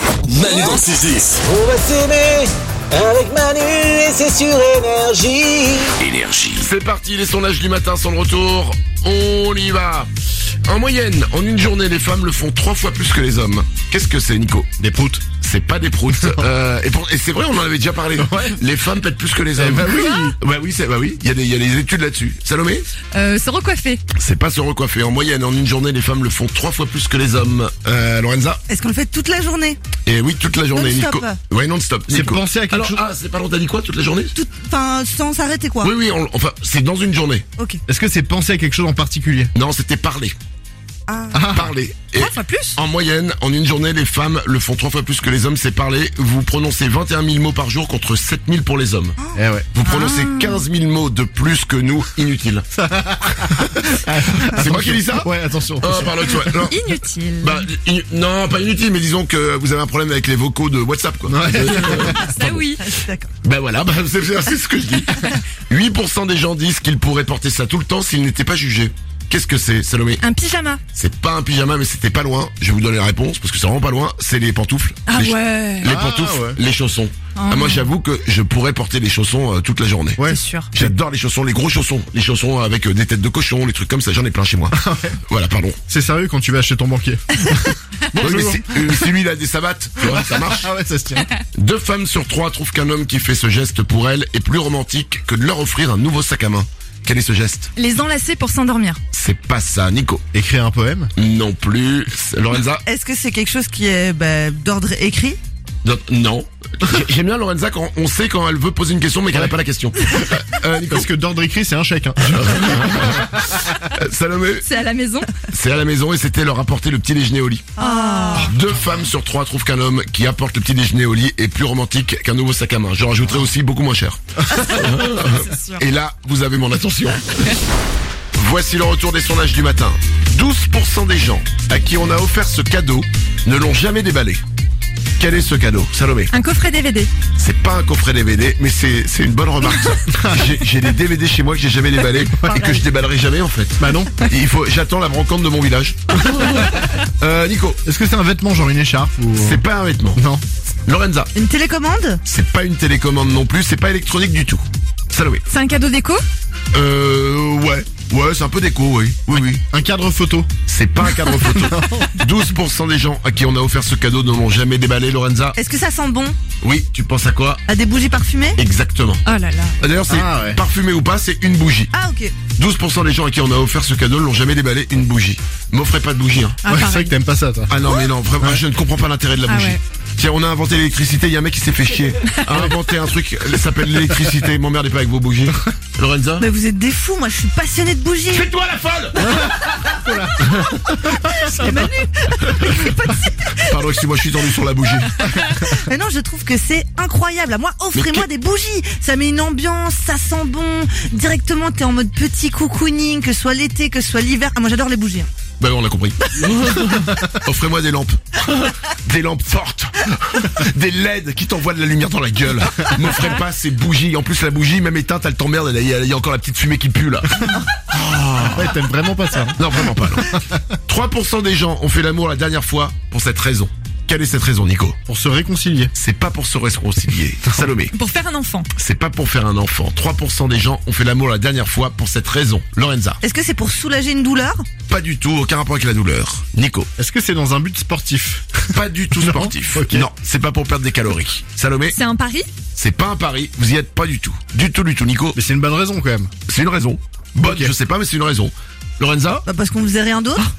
Manu dans le 6-10. On va s'aimer avec Manu et c'est sur énergie. Énergie. C'est parti, les sondages du matin sont de retour. On y va. En moyenne, en une journée, les femmes le font trois fois plus que les hommes. Qu'est-ce que c'est, Nico Des proutes. C'est pas des proutes. Euh, et pour- et c'est vrai, on en avait déjà parlé. Les femmes pètent plus que les hommes. bah oui. Bah oui, c'est- bah oui. Il y, a des- il y a des études là-dessus. Salomé Euh, se recoiffer. C'est pas se recoiffer. En moyenne, en une journée, les femmes le font trois fois plus que les hommes. Euh, Lorenza Est-ce qu'on le fait toute la journée Et oui, toute la journée, Non-stop. Nico. Ouais, non-stop. C'est Nico. penser à quelque Alors, chose- Ah, c'est pardon, t'as dit quoi toute la journée Tout- Enfin, sans s'arrêter quoi Oui, oui, on- enfin, c'est dans une journée. Ok. Est-ce que c'est penser à quelque chose en particulier Non, c'était parler. Ah. Parler. Et- Trois fois plus En moyenne, en une journée, les femmes le font trois fois plus que les hommes, c'est parler. Vous prononcez 21 000 mots par jour contre 7 000 pour les Ah. hommes. Eh ouais. Vous prononcez 15 000 mots de plus que nous, inutile. c'est moi qui dis ça Ouais, attention. Oh, parle toi. Non. Inutile. Bah, in- non, pas inutile, mais disons que vous avez un problème avec les vocaux de WhatsApp, quoi. Euh, ça Ah, bah oui. Ah, D'accord. Ben voilà, bah, c'est c'est ce que je dis. 8% des gens disent qu'ils pourraient porter ça tout le temps s'ils n'étaient pas jugés. Qu'est-ce que c'est, Salomé Un pyjama. C'est pas un pyjama, mais c'était pas loin. Je vais vous donner la réponse, parce que c'est vraiment pas loin. C'est les pantoufles. Ah Les- ouais. les Ah, pantoufles, ouais. les chaussons. Ah, moi, j'avoue que je pourrais porter les chaussons euh, toute la journée. Ouais. C'est sûr. J'adore les chaussons, les gros chaussons, les chaussons avec euh, des têtes de cochon, les trucs comme ça. J'en ai plein chez moi. Ah Voilà, pardon. C'est sérieux quand tu vas chez ton banquier. Oui, mais si, euh, si lui il a des savates, tu vois, ça marche. Ah ouais, ça se tient. Deux femmes sur trois trouvent qu'un homme qui fait ce geste pour elles est plus romantique que de leur offrir un nouveau sac à main. Quel est ce geste Les enlacer pour s'endormir. C'est pas ça, Nico. Écrire un poème Non plus. Lorenza Est-ce que c'est quelque chose qui est bah, d'ordre écrit Non. non. J'ai- J'aime bien Lorenza quand on sait quand elle veut poser une question mais qu'elle n'a pas la question. Euh, Nico. Parce que d'ordre écrit, c'est un chèque. Hein. Euh, Salomé, C'est à la maison. c'est à la maison et c'était leur apporter le petit déjeuner au lit. Ah, Deux femmes sur trois trouvent qu'un homme qui apporte le petit déjeuner au lit est plus romantique qu'un nouveau sac à main. Je rajouterai aussi beaucoup moins cher. Et là, vous avez mon attention. Voici le retour des sondages du matin. 12% des gens à qui on a offert ce cadeau ne l'ont jamais déballé. Quel est ce cadeau, Salomé Un coffret DVD. C'est pas un coffret DVD, mais c'est c'est une bonne remarque. J'ai- J'ai des DVD chez moi que j'ai jamais déballé et que je déballerai jamais en fait. Bah non. Il faut, j'attends la brocante de mon village. Euh, Nico, Est-ce que c'est un vêtement, genre une écharpe ou... c'est pas un vêtement. Non. Lorenza, Une télécommande c'est pas une télécommande non plus, c'est pas électronique du tout. Salomé. C'est un cadeau déco. Euh, ouais. Ouais, c'est un peu déco, oui. Oui, oui. Un cadre photo. C'est pas un cadre photo. 12% des gens à qui on a offert ce cadeau ne l'ont jamais déballé, Lorenza. Est-ce que ça sent bon Oui, tu penses à quoi À des bougies parfumées Exactement. Oh là là. D'ailleurs, c'est Ah, ouais. parfumé ou pas, c'est une bougie. Ah ok. 12% des gens à qui on a offert ce cadeau ne l'ont jamais déballé, une bougie. M'offrez pas de bougie, hein. Ah, ouais, c'est pareil. vrai que t'aimes pas ça, toi. Ah non, mais non, vraiment, je ne comprends pas l'intérêt de la Ah bougie. ouais. Tiens, on a inventé l'électricité, il y a un mec qui s'est fait chier. A inventé un truc, euh, ça s'appelle l'électricité, m'emmerdez pas avec vos bougies. Lorenza Mais Bah, vous êtes des fous, moi je suis passionnée de bougies. Fais-toi la folle Pardon, excuse-moi, je suis tendu sur la bougie. Mais non, je trouve que c'est incroyable. À moi, offrez-moi des bougies. Ça met une ambiance, ça sent bon. Directement, t'es en mode petit cocooning, que ce soit l'été, que ce soit l'hiver. Ah, moi j'adore les bougies. hein. Bah on l'a compris. Offrez-moi des lampes. Des lampes fortes. Des LED qui t'envoient de la lumière dans la gueule. M'offrez pas ces bougies. En plus, la bougie, même éteinte, elle t'emmerde. Elle a- Il y a encore la petite fumée qui pue, là. Ouais, t'aimes vraiment pas ça. hein. Non, vraiment pas. non. 3% des gens ont fait l'amour la dernière fois pour cette raison. Quelle est cette raison, Nico Pour se réconcilier. C'est pas pour se réconcilier. Salomé, Pour faire un enfant. c'est pas pour faire un enfant. 3% des gens ont fait l'amour la dernière fois pour cette raison. Lorenza, Est-ce que c'est pour soulager une douleur pas du tout, aucun rapport avec la douleur. Nico, Est-ce que c'est dans un but sportif pas du tout Non, sportif. ok. Non, c'est pas pour perdre des calories. Salomé, C'est un pari. c'est pas un pari, vous y êtes pas du tout. Du tout, du tout, Nico. Mais c'est une bonne raison, quand même. C'est une raison. Bonne, Ok. je sais pas, mais c'est une raison. Lorenza, Bah parce qu'on faisait rien d'autre.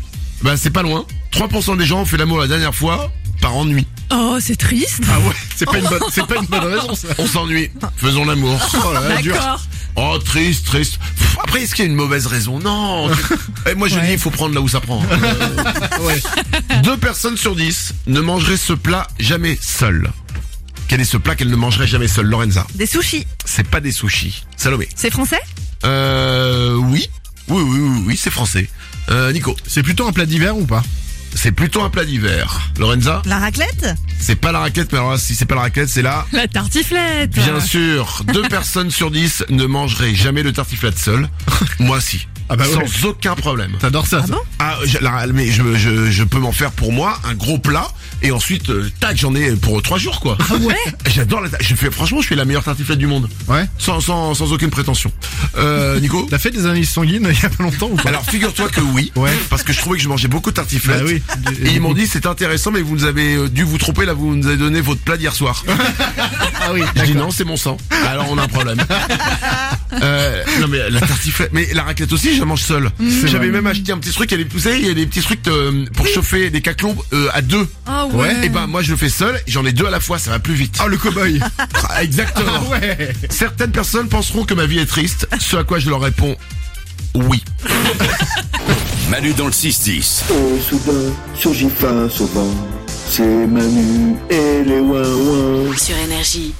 bah c'est pas loin. 3% des gens ont fait l'amour la dernière fois par ennui. Oh, c'est triste. Ah ouais C'est pas une bonne, c'est pas une bonne raison, ça. On s'ennuie, faisons l'amour. Oh là là, dur. D'accord. Oh, triste, triste. Pff, Après, est-ce qu'il y a une mauvaise raison Non. Et moi, je dis, il faut prendre là où ça prend. Euh, Deux personnes sur dix ne mangeraient ce plat jamais seules. Quel est ce plat qu'elles ne mangeraient jamais seules, Lorenza Des sushis. C'est pas des sushis. Salomé. C'est français. Euh, oui. Oui, oui, oui, oui, c'est français. Euh, Nico, C'est plutôt un plat d'hiver ou pas c'est plutôt un plat d'hiver. Lorenza, La raclette c'est pas la raclette, mais alors là, si c'est pas la raclette, c'est la... La tartiflette. Ah. Bien sûr, deux personnes sur dix ne mangeraient jamais le tartiflette seul. Moi, si. Ah bah sans ouais. aucun problème. T'adores ça, ça. Ah, je- là, mais je, je, je peux m'en faire pour moi un gros plat et ensuite euh, tac j'en ai pour trois jours quoi. Ah ouais. J'adore la. ta- Je fais franchement je fais la meilleure tartiflette du monde. Ouais. Sans sans sans aucune prétention. Euh, Nico. T'as fait des analyses sanguines euh, il y a pas longtemps ou pas Alors figure-toi que oui, hein. Ouais. parce que je trouvais que je mangeais beaucoup de tartiflettes. Bah oui. Et ils m'ont dit c'est intéressant mais vous avez euh, dû vous tromper là vous nous avez donné votre plat d'hier soir. Ah oui. Je dis non c'est mon sang. Alors on a un problème. Euh, non mais la tartiflette, mais la raclette aussi je la mange seule. C'est J'avais vrai. même acheté un petit truc, il y a des, vous savez, il y a des petits trucs euh, pour chauffer des caclons euh, à deux. Ah ouais. Et ben moi je le fais seul, j'en ai deux à la fois, ça va plus vite. Ah le cow-boy. Ah, exactement. Ah ouais. Certaines personnes penseront que ma vie est triste, ce à quoi je leur réponds oui. Manu dans le 6-10. Oh, soudain, surgit fin souvent. C'est Manu et les ouin ouin. Sur énergie.